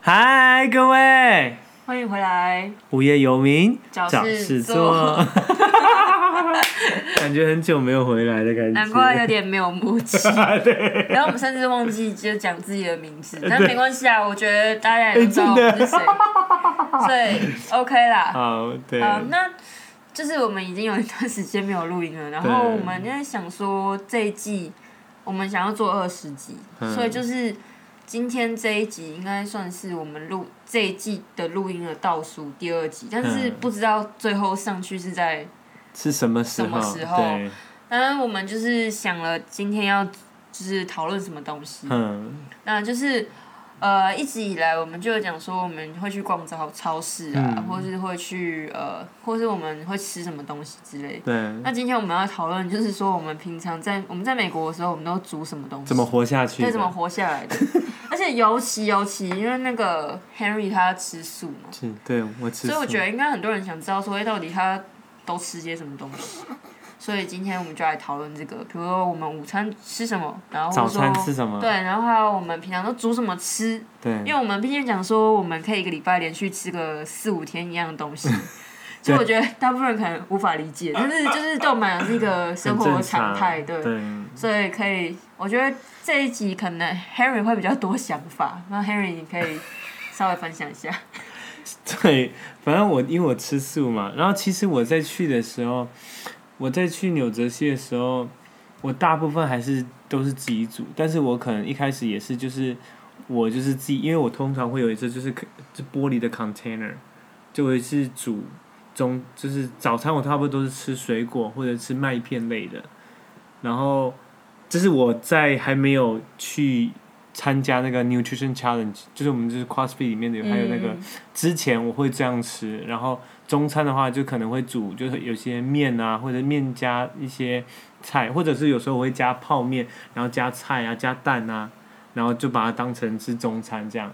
嗨，各位，欢迎回来，无业游民，找事事做 做，感觉很久没有回来的感觉，难怪有点没有默契。对，然后我们甚至忘记就讲自己的名字，但没关系啊，我觉得大家也哎都知道我真的们 是谁，所以 OK 啦。 好，对，好，那就是我们已经有一段时间没有录音了，然后对我们在想说这一季我们想要做二十集，嗯所以就是今天这一集应该算是我们录这一季的录音的倒数第二集，但是嗯不知道最后上去是在是什么什时候？么时候对，当然，我们就是想了今天要就是讨论什么东西。嗯，那就是呃，一直以来我们就有讲说我们会去逛超超市啊，嗯或是会去呃，或是我们会吃什么东西之类的。对，那今天我们要讨论就是说我们平常在我们在美国的时候，我们都煮什么东西？怎么活下去对的？怎么活下来的？ 而且尤其尤其因为那个 Henry 他吃素嘛，是？对我吃素，所以我觉得应该很多人想知道说，哎，到底他都吃些什么东西？所以今天我们就来讨论这个，比如说我们午餐吃什么，然后或早者说餐吃什么嗯对，然后还有我们平常都煮什么吃，因为对，我们毕竟讲说我们可以一个礼拜连续吃个四五天一样的东 西，所以我觉得大部分人可能无法理解，但是就是对我们来讲是一个生很活正的常态，对，对，所以可以，我觉得这一集可能 Henry 会比较多想法，那 Henry 你可以稍微分享一下， 对，反正我因为我吃素嘛，然后其实我在去的时候，我在去纽泽西的时候，我大部分还是都是自己煮，但是我可能一开始也是就是我就是自己，因为我通常会有一次就是就玻璃的 container，就会是煮中就是早餐我差不多都是吃水果或者吃麦片类的，然后这是我在还没有去。参加那个 nutrition challenge，就是我们就是 CrossFit 里面的，还有那个嗯之前我会这样吃，然后中餐的话就可能会煮，就是有些面啊，或者面加一些菜，或者是有时候我会加泡面，然后加菜啊，加蛋啊，然后就把它当成是中餐这样。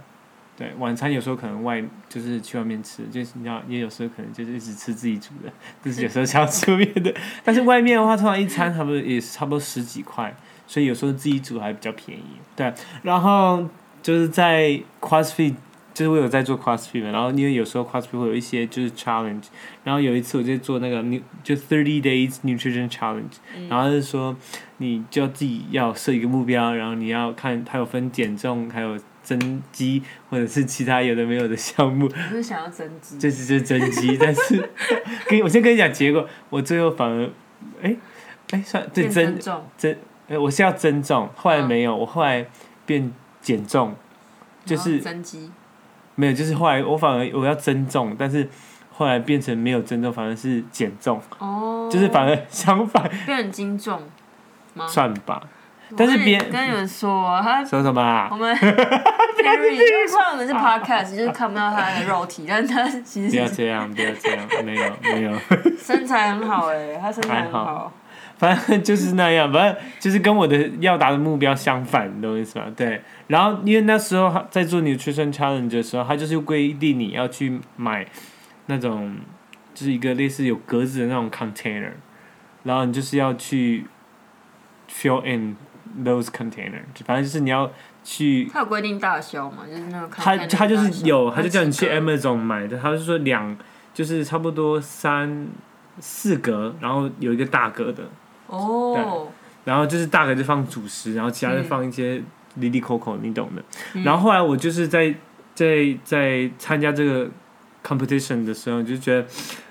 对，晚餐有时候可能外就是去外面吃，就是你知道，也有时候可能就是一直吃自己煮的，就是有时候想要吃外面的，但是外面的话，通常一餐差不多也是差不多十几块，所以有时候自己煮还比较便宜。对，然后就是在 CrossFit 就是我有在做 CrossFit 嘛，然后因为有时候 CrossFit 会有一些就是 challenge，然后有一次我就做那个 nu- 就 thirty days nutrition challenge，、然后就是说你就要自己要设一个目标，然后你要看它有分减重，还有增肌或者是其他有的没有的项目， 我是想要增肌。就是就是增肌，但 是跟我先跟你讲结果，我最后反而哎哎算对变嗯增增重，哎我是要增重，后来没有，我后来变减重，就然是后哦增肌，没有，就是后来我反而我要增重，但是后来变成没有增重，反而是减重，哦，就是反而相反，变很精重吗？算吧。但是我跟你别跟你们 说，他说什么啊？我们 Harry 虽然我 们是 podcast，就是看不到他的肉体，但是他其不要实这样，不要这样，没有没有，身材很好哎，他身材很还好。反正就是那样，反正就是跟我的要达的目标相反，你懂我意思吗？对。然后因为那时候在做 nutrition challenge 的时候，他就是规定你要去买那种就是一个类似有格子的那种 container，然后你就是要去 fill in those container，反正就是你要去他有规定大小嘛，就是那个他 container 他就大小是有，他就叫你几去个 Amazon 买的，他就说两就是差不多三四格，然后有一个大格的，哦，然后就是大格就放主食，然后其他就嗯放一些里里口口，你懂的。嗯然后后来我就是在在在参加这个 competition 的时候，就觉得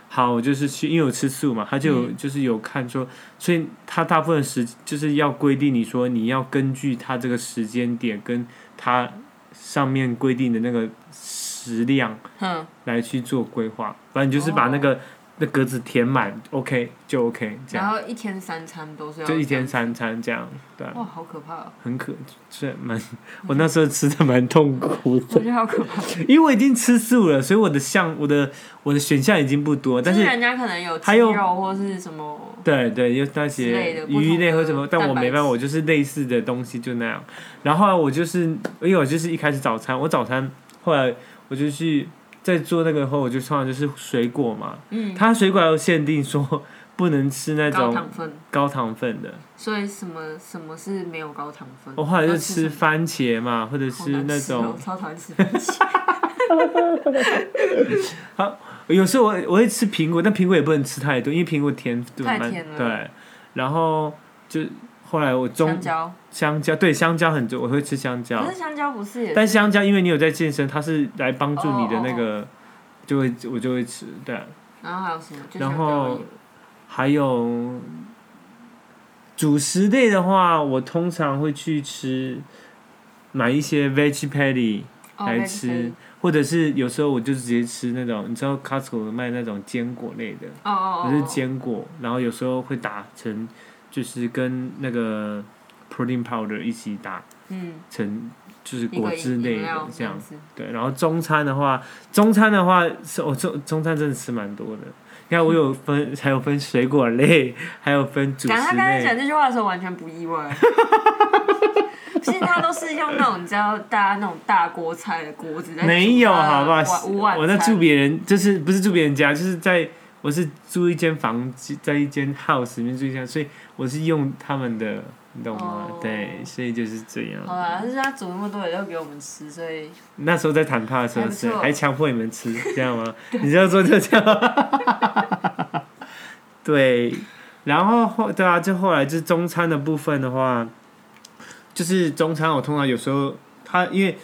好，我就是去，因为我吃素嘛，他就嗯有、就是有看说，所以他大部分时就是要规定你说你要根据他这个时间点跟他上面规定的那个食量哼，来去做规划，反正就是把那哦个、那格子填满，OK 就 OK 这然样，后一天三餐都是要就一这样天，三餐这样，对啊。哇，好可怕哦，很可，这蛮，我那时候吃的蛮痛苦我的，觉得好可怕。因为我已经吃素了，所以我的项我的我的选项已经不多，但就是是人家可能有他肌又肉或是什么，对对，有那之类些的不同鱼类或什么，的但我蛋白没办法，质我就是类似的东西就那样。然后后来啊我就是，因为我就是一开始早餐，我早餐后来我就去在做那个后，我就通常就是水果嘛，嗯，它水果还有限定说不能吃那高种糖分。高糖分的，所以什么什么是没有高糖分？我后来就要什吃么番茄嘛，或者好是难那吃哦种超讨厌吃番茄。有时候我我会吃苹果，但苹果也不能吃太多，因为苹果甜度太蛮甜了对，然后就后来我 中香蕉，香蕉对香蕉很多，我会吃香蕉可。是香蕉不是也但香蕉因为你有在健身，它是来帮助你的哦那个，就会我就会吃。对啊、然后还有什么？就然香蕉后而已还有主食类的话，我通常会去吃买一些 veggie patty 哦那来就可吃，以或者是有时候我就直接吃那种，你知道 Costco 有卖那种坚果类的，哦哦哦，就是哦坚果，然后有时候会打成，就是跟那个 protein powder 一起打嗯，成，就是一嗯果个汁饮类的料这样。子。对，然后中餐的话，中餐的话是我、中中餐真的吃蛮多的。你看，我有分，还有分水果类，还有分主食讲他刚才类。讲这句话的时候完全不意 外，现在他都是用那种你知道大家那种大锅菜的锅子在煮没有，好不好呃晚午？晚我在餐住别人，就是不是住别人家，就是在我是租一间房子，在一间 house 里面住一下，所以我是用他们的，你懂吗？哦对，所以就是这样。好啦，就是他煮那么多也要给我们吃，所以那时候在谈判的时候还是不错还强迫你们吃， 这样吗？你这样说就这样吗。 对，然后后对啊，就后来就是中餐的部分的话，就是中餐我通常有时候它因为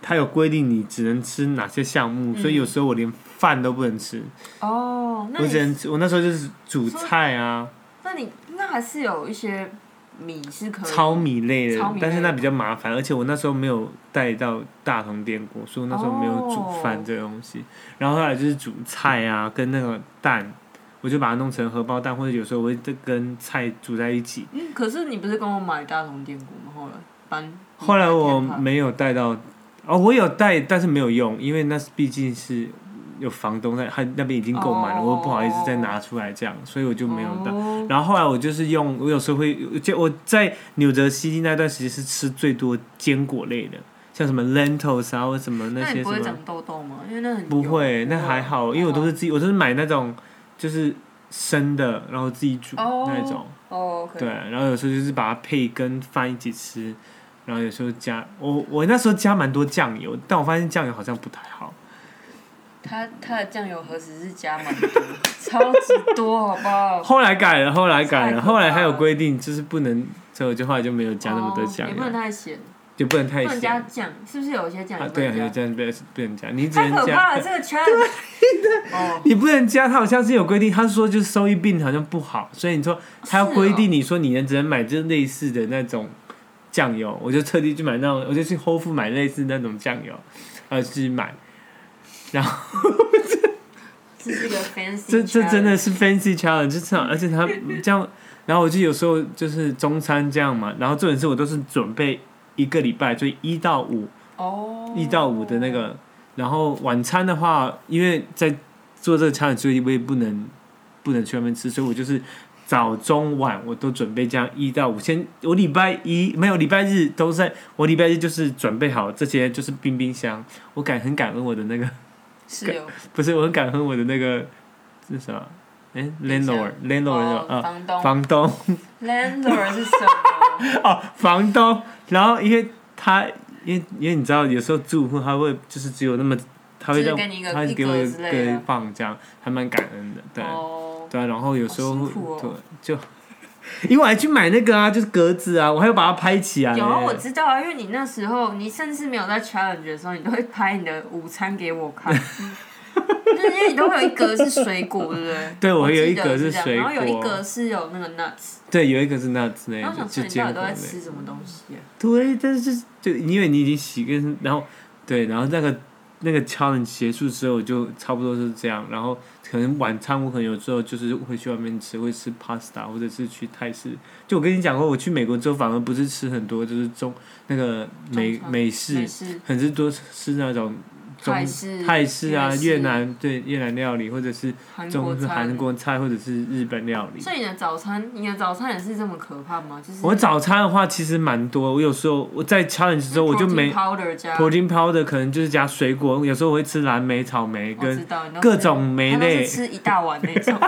它有规定你只能吃哪些项目，嗯所以有时候我连饭都不能吃，哦，那我只你能吃我那时候就是煮菜啊、那你那还是有一些米是可以糙米类的糙米类，的但是那比较麻烦，而且我那时候没有带到大同电锅，所以我那时候没有煮饭哦这个东西。然后后来就是煮菜啊，跟那个蛋，我就把它弄成荷包蛋，或者有时候我会跟菜煮在一起。嗯，可是你不是跟我买大同电锅吗？后来搬。后来我搬没有带到，哦，我有带，但是没有用，因为那是毕竟是有房东在，他那边已经购买了，哦我不好意思再拿出来这样，所以我就没有带。哦然后后来我就是用，我有时候会，就我在纽泽西那段时间是吃最多坚果类的，像什么 lentils 啊，或什么那些你不会什么，长痘痘吗？因为那很不油哦会，那还好，因为我都是是自己，我都是买那种就是生的，然后自己煮哦那种，哦，可以对，啊然后有时候就是把它配跟饭一起吃，然后有时候加我我那时候加蛮多酱油，但我发现酱油好像不太好，哦它它的酱油何止是加蛮多，超级多，好不好？后来改了，后来改太可怕了，了后来还有规定就是不能，所以我就后来就没有加那么多酱哦也油不，能太咸，就不能不太能咸。加酱，是不是有一些酱啊也，不对啊，能有加？这样不能不能加，你只太能可怕加，了，这个 圈。对哦，你不能加，他好像是有规定，他说就是收益病好像不好，所以你说他要是哦规定你说你能只能买就是类似的那种酱油，我就特地去买那种，我就去 Whole f o o d 买类似那种酱油，然后去买，这是一个 fancy，这这 challenge 真的是 fancy challenge，就是而且他这样，然后我就有时候就是中餐这样嘛，然后这种事我都是准备一个礼拜，就一到五哦，一到五的那个，然后晚餐的话，因为在做这个餐，所以我也不能不能去外面吃，所以我就是早中晚我都准备这样一到五。先我礼拜一没有礼拜日都在，我礼拜日就是准备好这些，就是冰冰箱。我感很感恩我的那个，是有不是我很感恩我的那个是什么？哎冰箱，landlord landlord 是哦吧啊，房东房东 landlord 是什么？哦，房东，然后因为他，因为因为你知道，有时候住户他会就是只有那么，他会就让是给你一个他会一给我格一之类的个棒这样，还蛮感恩的， 对、哦，对啊，然后有时候好辛会、苦哦对就，因为我还去买那个啊，就是格子啊，我还要把它拍起来嘞。有啊，我知道啊，因为你那时候，你甚至没有在 challenge 的时候，你都会拍你的午餐给我 看，就是因为你都会有一格是水果，对不对？对我记有一得格是是这样水然后有一果格是有那个 nuts，对，有一个是那之类然后的我，想说你到就坚底都果在类。吃什么东西、啊？对，但是就因为你已经洗跟然后对，然后那个那个 challenge 结束之后，就差不多是这样。然后可能晚餐我可能有时候就是会去外面吃，会吃 pasta 或者是去泰式。就我跟你讲过，我去美国之后反而不是吃很多，就是中那个美中餐美式美，式、很是多吃那种中泰式、泰式啊、式越南对越南料理，或者是韩国中餐。韩国菜，或者是日本料理。所以你的早餐，你的早餐也是这么可怕吗？就是我早餐的话其实蛮多，我有时候我在 challenge 之后我就 protein 没 powder 加，我 protein powder 可能就是加水果，有时候我会吃蓝莓、草莓跟，知道你都各吃种莓他都类是 吃一大碗那种。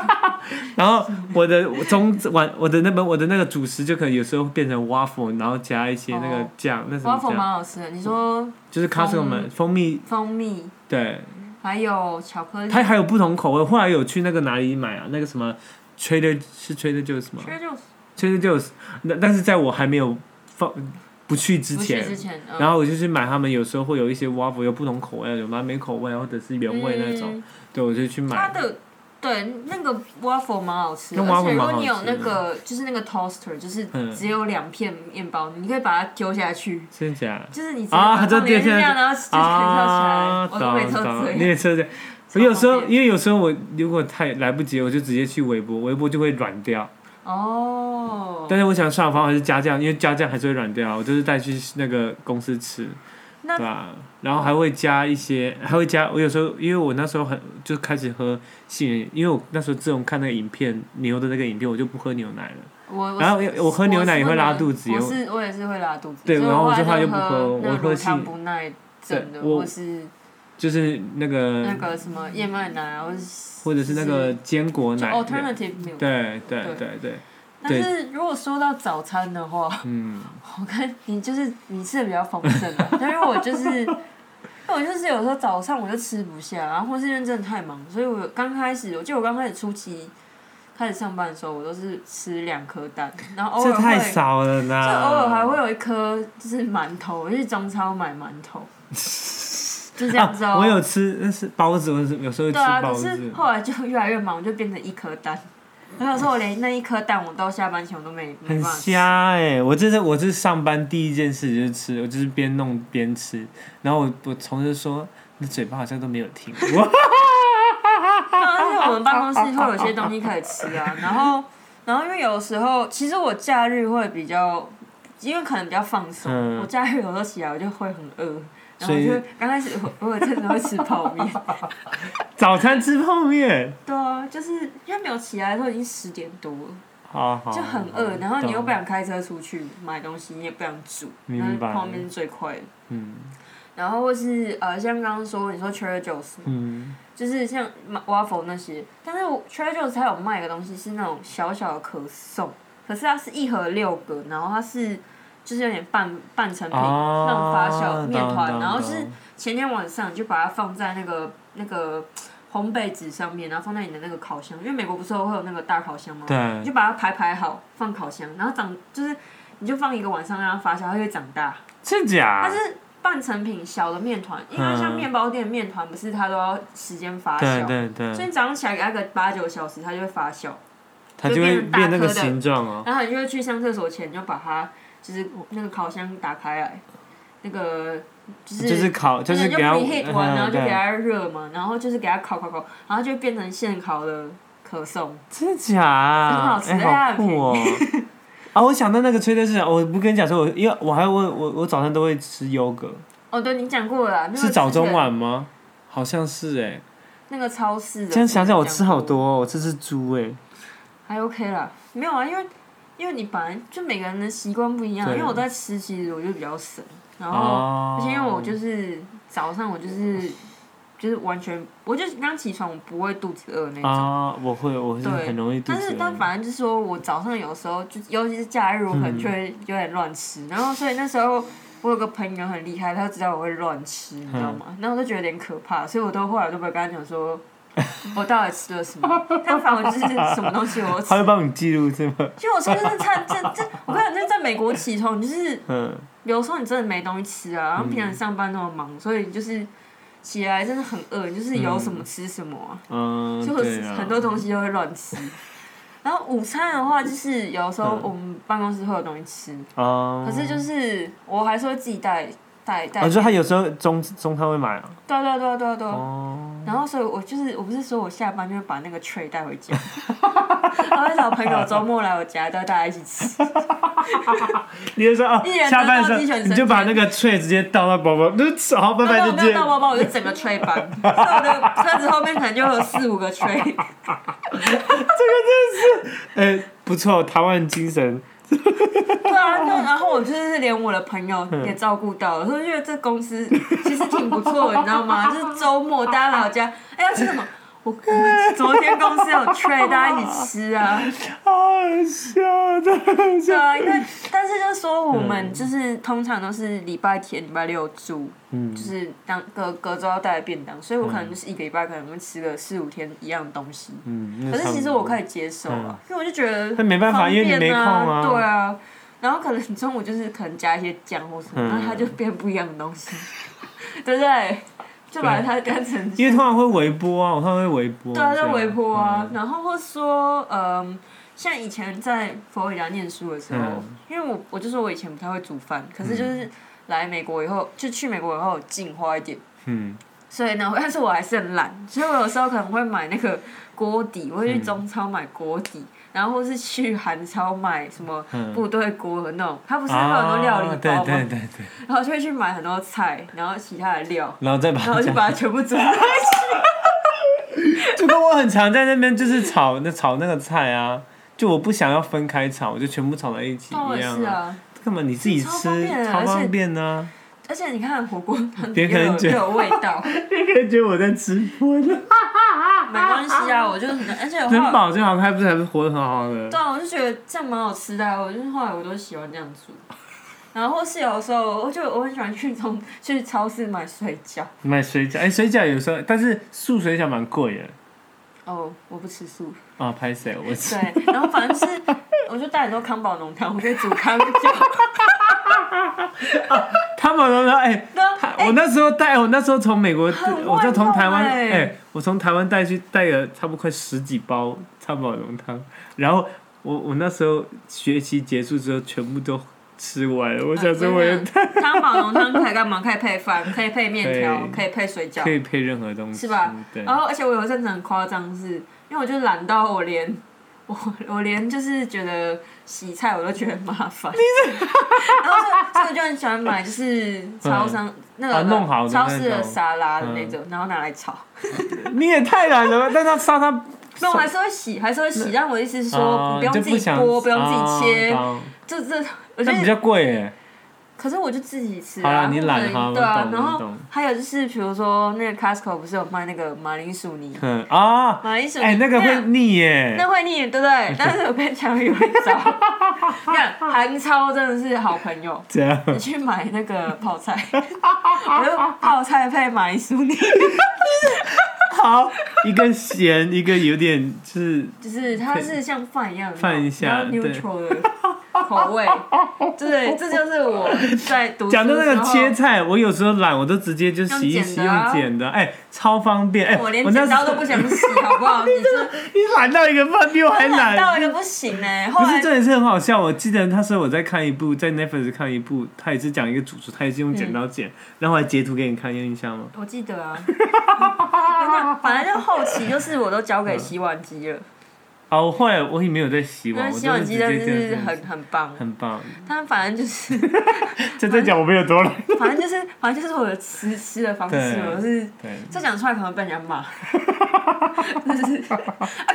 然后我的中晚我的那本我的那个主食就可能有时候变成 waffle，然后加一些那个哦酱，那什么 waffle 酱，蛮好吃的，你说就是 Costco 买蜂蜜蜂蜜对，还有巧克力。它还有不同口味。后来有去那个哪里买啊？那个什么 Trader 是 Trader Joe's 吗其实就？Trader Joe's，那但是在我还没有放不去之不前去，之前，嗯、然后我就去买他们有时候会有一些 waffle 有不同口味的，有蓝莓口味或者是原味那种，嗯对我就去它买。的对那个 waffle 蛮好吃的，那 waffle 而且如蛮果好你有吃的那个就是那个 toaster，就是嗯只有两片面包，你可以把它丢下去，真的假的？就是你直接啊把它这放进店去现这在样，然后就可以啊，跳起来，我都没懂特懂，醉。你 也吃这样。超我有时候方，便因为有时候我如果太来不及，我就直接去微波，微波就会软掉。哦，但是我想算了，方法还是加酱，因为加酱还是会软掉。啊我就是带去那个公司吃，那对吧？然后还会加一些，还会加。我有时候因为我那时候很就开始喝杏仁，因为我那时候自从看那个影片牛的那个影片，我就不喝牛奶了。我然后我我喝牛奶也会拉是肚子我也是我也是会拉肚子，对所以然后后我就后来来就就不喝我那个喝乳杏糖不耐症对的，我或是就是那个，那个什么燕麦奶啊，或是或者是那个坚果就奶， alternative milk。对对对对 但对，是如果说到早餐的话， 嗯，我看你就是你吃的比较丰盛 啊，但是我就是，我就是有时候早上我就吃不下，然后或是因为真的太忙，所以我刚开始，我记得我刚开始初期开始上班的时候，我都是吃两颗蛋，然后偶这尔太会，就少了啦。偶尔还会有一颗就是馒头，我去中超买馒 头，就 这样子啊哦、我有吃，那是包子，我是有时候会吃对啊，包可子。是后来就越来越忙，我就变成一颗蛋。然后有时候我连那一颗蛋，我到下班前我都没没很办法吃。瞎哎、我这是我这上班第一件事就是吃，我就是边弄边吃，然后我我同事说你嘴巴好像都没有停， 我啊而且我们办公室会有些东西可以吃啊，然后然后因为有时候其实我假日会比较，因为可能比较放松，嗯我假日有时候起来我就会很饿，然所后以就刚开始我我有阵子会吃泡面，早餐吃泡面，对啊，就是因为没有起来的时候已经十点多了，好好就很饿，然后你又不哦懂想开车出去买东西，你也不想煮，明白那泡面是最快的。嗯然后或是呃，像刚刚说你说 Trader Joe's 嗯就是像 waffle 那些，但是我 Trader Joe's 它有卖一个东西是那种小小的可颂，可是它是一盒六个，然后它是就是有点半半成品、啊，那种发酵面团，懂然后懂是前天晚上你就把它放在那个那个烘焙纸上面，然后放在你的那个烤箱，因为美国不是会有那个大烤箱吗？你嗯对就把它排排好放烤箱，然后长就是你就放一个晚上让它发酵，它就会长大。真假它是半成品小的面团，因为像嗯面包店面团不是它都要时间发对酵。对所对，以你早上起来给它个八九小时，它就会发酵，它就就会变成大变那个颗的形状哦、然后你就会去上厕所前就把它就是那个烤箱打开来，那个就是就是烤，就是就给它嗯 preheat 完，然后就给对它热嘛，然后就是给它烤烤烤，然后就变成现烤的可颂。真假啊？很好吃哎但好它很 酷哦！啊，我想到那个吹的是，哦我不跟你讲说，我因为我还我我我早上都会吃优格，哦，对你讲过了啦，那个是早中之前晚吗？好像是哎、那个超市的。这样想想我吃好多。多、哦，我吃是猪哎、还 OK 啦，没有啊，因为因为你本来就每个人的习惯不一样，对因为我在吃，其实我就比较省，然后、哦而且因为我就是早上我就是就是完全，我就是刚起床我不会肚子饿那种。啊，我会我是对很容易肚但子是，但饿。反正就是说，我早上有时候就，尤其是假日，我可嗯能就会有点乱吃。然后，所以那时候我有个朋友很厉害，他知道我会乱吃，你知嗯道吗？然后我就觉得有点可怕，所以我都后来我都不会跟他讲说 我到底吃了什么。但反正我就是什么东西我都吃他会帮你记录是吗？就我说就是在这这，我跟你讲，就在美国起头，你就是嗯，有时候你真的没东西吃啊，然后平常上班那么忙，所以你就是起来真的很饿，你就是有什么吃什么、啊，嗯，就对是啊，很多东西都会乱吃。然后午餐的话，就是有时候嗯我们办公室会有东西吃，啊，可是就是我还是会自己带带带。我哦觉得他有时候中中餐会买啊。对啊对啊对啊对啊对啊。哦，然后，所以我就是我不是说我下班就会把那个 tray 带回家， 我会找朋友周末来我家，都大家一起吃。你就说哦一人，得下班的道鸡时候犬你就升把天那个 tray 直接倒到包包，就吃好，拜没拜有再没有见到。包啊包，我就整个吹板，所以我的车子后面可能就有四五个吹。哎，不错，台湾精神。对啊，对，然后我就是连我的朋友也照顾到了，所以我觉得这公司其实挺不错的，你知道吗？就是周末大家来我家，哎、要吃什么？我我们昨天公司有 trade，大家一起吃啊。好好笑的。对啊，因为但是就是说我们就是通常都是礼拜天、礼拜六住，就是当隔隔周要带便当，所以我可能就是一个礼拜可能会吃个四五天一样的东西。嗯，可那是差其不实多我可以接受啊，因为我就觉得嗯那没办法方因为你便没空啊对啊。然后可能中午就是可能加一些酱或什么，嗯然后它就变不一样的东西， 对不对？就把它当成因为通常会微波啊，我通常会微波。对啊，这在样微波啊，嗯然后或说，嗯，像以前在佛罗里达念书的时候，嗯因为我我就说我以前不太会煮饭，可是就是来美国以后，就去美国以后有进化一点，嗯，所以呢，但是我还是很懒，所以我有时候可能会买那个锅底，我会嗯去中超买锅底，然后或是去韩超买什么嗯部队锅的那种，它不是会有很多料理啊包吗？对对对对，然后就会去买很多菜，然后其他的 料，然后再把然后它就加，把它全部煮在一起。就跟我很常在那边就是炒那炒那个菜啊，就我不想要分开炒，我就全部炒在一起那我 一也样是啊。啊。干嘛你自己超方吃便的超而且方便啊呢？而且你看火锅汤底 别又人有觉又得有味道， 感觉我在直播呢。没关系啊，我就是很而且人后来保这行他不是还是活得很好的对？啊，我就觉得这样蛮好吃的、啊，我就是后来我都喜欢这样煮。然后或是有时候，我就我很喜欢去从去超市买水饺。买水饺，哎、水饺有时候，但是素水饺蛮贵的哦，我不吃素。啊，拍谁？我吃。对，然后反正是，我就带很多康宝浓汤，我就煮康 饺。 他们都说，哎、那他哎我那时候带，我那时候从美国，很万我就从台湾，用哎、哎我从台湾带去带了差不多快十几包汉堡浓汤，然后我我那时候学期结束之后全部都吃完了，我啊想说我也康宝浓汤可以干嘛？可以配饭，可以配面条，可可以配水饺可。以配任何东西，是吧啊对，然后，而且我有一阵子很夸张，是因为我就懒到我连我我连就是觉得洗菜我都觉得麻烦，然后所以所以我就很喜欢买就是超商、那个、啊弄好的超市那的种嗯沙拉的那种，然后拿来炒。你也太懒了吧？但 他沙拉。那我还是会洗，还是会洗，但我意思是说啊用就自己想剥，哦不用自己切，啊这这我觉懂但比得。较贵哎。可是我就自己吃好啦啊，你不懒能好对啊我。懂然我后懂还有就是，比如说那个 Costco 不是有卖那个马铃薯 泥，嗯啊，马铃薯泥哎，那个会腻耶。那会腻，对不 对？但是我跟你讲有一招，看韩超真的是好朋友。这样，你去买那个泡 菜，我就泡菜配马铃薯泥，好，一个咸，一个有点就是就是它是像饭一样的，嗯饭一下然后 neutral 的口味， 对，这就是我在读书讲到那的时个候切，菜，我有时候懒，我都直接就洗一洗用剪的用啊剪的，哎，超方便，哎，我连那剪时刀候都不想洗，好不 好？你真的你懒到一个饭比我还懒到哎懒。一个不行哎，后不来是，这也是很好笑。我记得那时候我在看一部，在 Netflix 看一部，他也是讲一个主厨，他也是用剪刀剪，然后我还截图给你看，有印象吗？我记得啊， 那反正就后期就是我都交嗯给洗碗机了，啊，我后来我也没有在洗因为碗，我洗都碗是直机接真这的样是子很很棒，很 棒。但反正就是， 这在讲我没有多懒，反正就是，反正就是我的吃吃的方式，对我是对，这讲出来可能被人家骂， 就是 啊，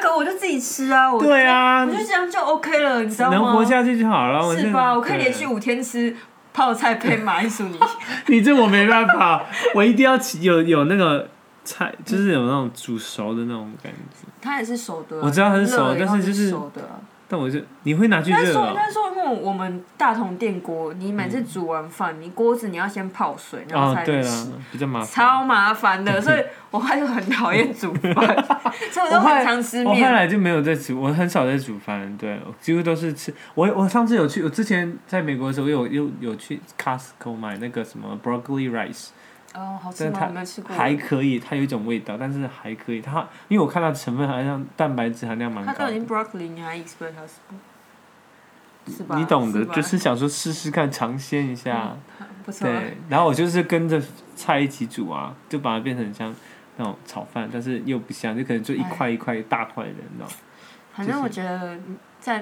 可我就自己吃啊，我对啊我，就这样就 OK 了，你知道吗？能活下去就好了。我是真的吧？我可以对连续五天吃泡菜配马铃薯泥， 你这我没办法，我一定要起有有那个菜，就是有那种煮熟的那种感觉。它也是熟的啊， 我知道它是熟热了以后但是就是是熟的啊。但我就你会拿去应该热说，哦应、该说，因为我们大同电锅，你每次煮完饭，你锅子你要先泡水，然后哦才，对能了洗。，比较麻烦。超麻烦 的，所以我还是很讨厌煮饭， 所以我我都后来很常吃我后面。来就没有在煮，我很少在煮饭，对，我几乎都是吃。我我上次有去，我之前在美国的时候我有有有去 Costco 买那个什么 broccoli rice，哦，好吃但吗？它我没有吃过。还可以，它有一种味道，但是还可以。它因为我看它成分好像蛋白质含量蛮它高都已的，经 broccoli，你还 expect 它是不？是吧？你懂的，吧就是想说试试看，尝鲜一下。 不错。啊对，然后我就是跟着菜一起煮啊，就把它变成像那种炒饭，但是又不像，就可能就一块一块大块的，你知道吗？反正我觉得在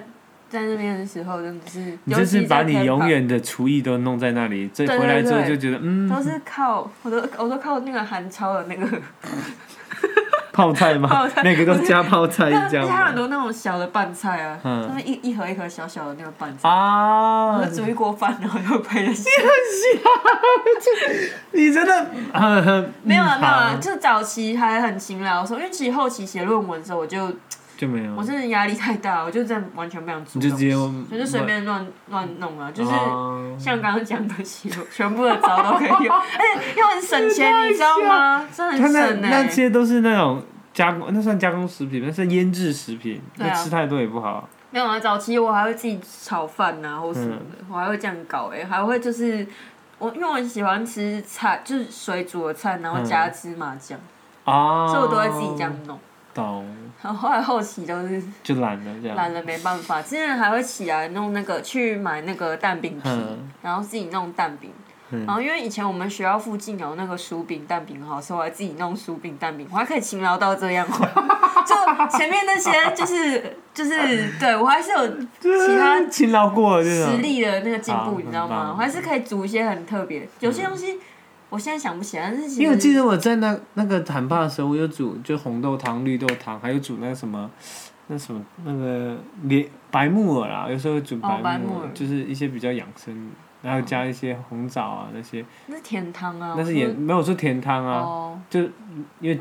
在那边的时候，真的是，你尤就其是把在你 Tampa，永远的厨艺都弄在那里，这对回来之后对对就觉得嗯， 都是靠我都我都靠那个韩超的那个泡菜 吗？每个都加泡菜但而这且 样还有很吗？多那种小的拌菜啊，嗯他们一一盒一盒小小的那个拌菜，啊我，煮一锅饭，然后又配了些。你真的呵呵没有啊，没有啊，嗯好就早期还很勤劳的时候，因为其实后期写论文的时候，我就就没有我，真的压力太大，我就真的完全不想做你就东直西，接我就随便乱乱弄啊，就是哦像刚刚讲的，其实全部的招都可以用，而且又很省钱，你知道吗？真的它很那省欸那呢。些都是那种加工，那算加工食品，那是腌制食品，对啊那吃太多也不好。没有啊，早期我还会自己炒饭呐、或什么的，嗯我还会这样搞哎、还会就是我因为我很喜欢吃菜，就是水煮的菜，然后加芝麻酱，啊，所以我都会自己这样弄。懂，然后后来后期都是就懒了这样。懒了没办法，之前还会起来弄那个去买那个蛋饼皮嗯，然后自己弄蛋饼。然后因为以前我们学校附近有那个薯饼蛋饼好吃，所以我还自己弄薯饼蛋饼，我还可以勤劳到这样。 就前面那些就是就是对我还是有其他 勤劳过了这种实力的那个进步，好你知道很吗？棒我还是可以煮一些很特别，有些东西我现在想不起来，但是其因为我记实得我在那那个坦帕的时候，我有煮就红豆汤、绿豆汤，还有煮那个什么，那什么那个莲白木耳啊啦，有时候会煮哦白木木耳就是一些比较养生，然后加一些红枣啊那些，那是甜汤啊，但是也我说没有说甜汤啊，哦。就因为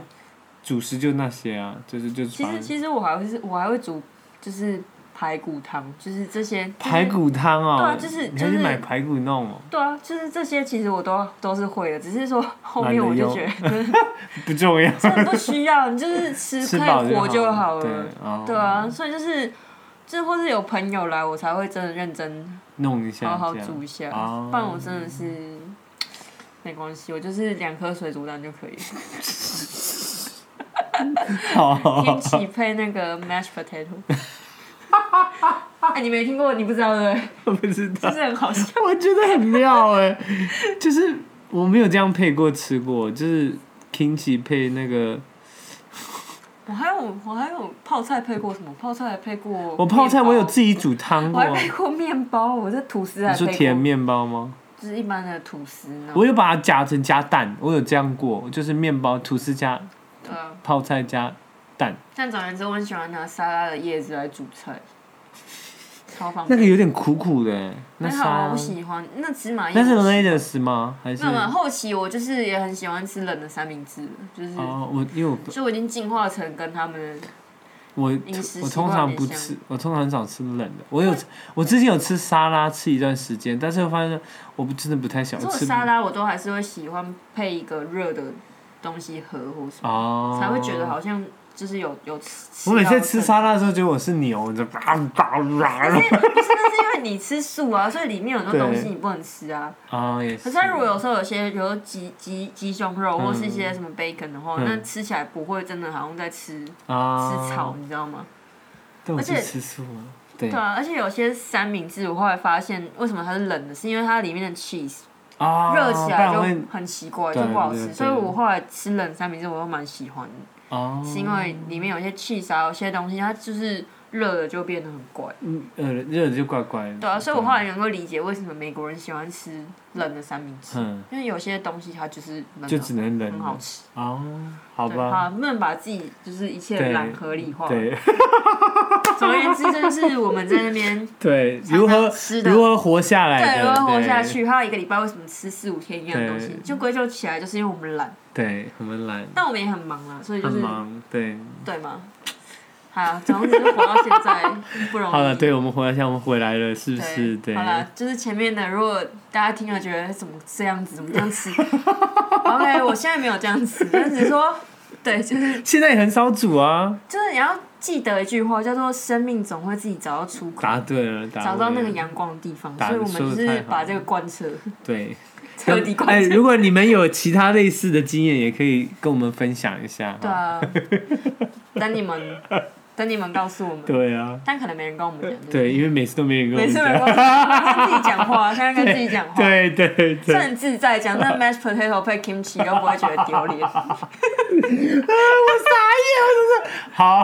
主食就那些啊，就是就是其实反正其实我还会是我还会煮就是排骨汤，就是这些就是排骨汤哦，对啊就是你还就去是买排骨弄哦，对啊，就是这些，其实我都都是会的，只是 说后面懒我得就用觉得 不重要，真的不需要，你就是吃吃可饱以活就好好了。哦对啊，所以就是，就是或是有朋友来，我才会真的认真弄一下好好这样煮一下，哦不然我真的是没关系，我就是两颗水煮蛋就可以了，好好 一起配那个 mashed potato。哎，你没听过，你不知道对不 对？我 不知道。就是很好笑。我觉得很妙哎、 就是我没有这样配过吃过，就是 kimchi 配那个，我还有我还有泡菜配过什么？泡菜还配过面包。我泡菜我有自己煮汤我过还，配过面包，我这吐司还你配说过，嗯甜面包吗？就是一般的吐司呢。我有把它夹成加蛋，我有这样过，就是面包、吐司加对啊，泡菜加蛋，但总而言之，我很喜欢拿沙拉的叶子来煮菜，超方那便。个有点苦苦的、欸， 那还好啊，啥我，喜欢那芝麻叶那子。是 l a t e s 吗？还是没有没有，后期我就是也很喜欢吃冷的三明治了，就是，哦，我因为我所以我已经进化成跟他们我饮食我习通惯常也不像吃，我通常很少吃冷的。我有我之前有吃沙拉吃一段时间，但是我发现我不真的不太想可是我吃沙拉，我都还是会喜欢配一个热的东西喝或什哦么，，才会觉得好像就是有有吃。我每次到吃正沙拉的时候，觉得我是牛，你知道吧吧吧不是，那是因为你吃素啊，所以里面有很多东西对你不能吃啊。啊，也可是它如果有时候有些，比如说鸡鸡鸡胸肉或是一些什么 bacon 的话，嗯那吃起来不会真的好像在吃吃啊草，，你知道吗？但我是而且吃素啊，对对啊，而且有些三明治，我后来发现为什么它是冷的，是因为它里面的 cheese 啊，热起不来然就会很奇怪，就对不好对吃。对所以我后来吃冷三明治，我都蛮喜欢的，啊，是因为里面有些 cheese 啊，有些东西它就是热的就变得很怪。嗯呃热的就怪怪的，对啊，所以我后来能够理解为什么美国人喜欢吃冷的三明治，嗯因为有些东西它就是冷就的只能冷很的好吃。哦，好对，吧，好，不能把自己就是一切对懒合理化。对总而言之，就是我们在那 边对，常如何吃的如何活下来对的，如何活对下，去，还有一个礼拜为什么吃四五天一样的东西对，就归咎起来就是因为我们懒，对，我们懒，但我们也很忙啊，所以就很是嗯忙，对。对嘛。好，总之活到现在不容易。好了，对我们回来，像我们回来了，是不是？对好，啦，就是前面的，如果大家听了觉得怎么这样子，怎么这样吃 ？OK，我现在没有这样吃，但只是说，对，就是现在也很少煮啊。就是你要记得一句话，叫做“生命总会自己找到出口，答对了，答找到那对个了阳光的地方”。答所以我们就说得是太好把这个贯彻，对。彻底哎，贯彻。如果你们有其他类似的经验，也可以跟我们分享一下。对啊，等你 们，等你们告诉我们，对啊，但可能没人跟我们讲。不，对，因为每次都没人跟我每们次没人讲。跟我们讲，自己讲话，现在跟自己讲话。 对对是对，很自在，讲那 mashed potato 配 kimchi 都不会觉得丢 脸。好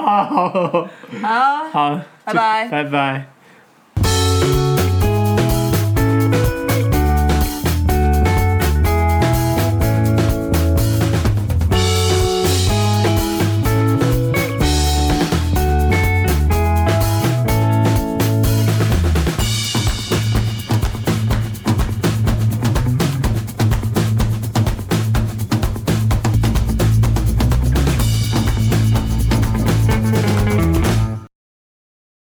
好好好，好，拜拜。拜拜。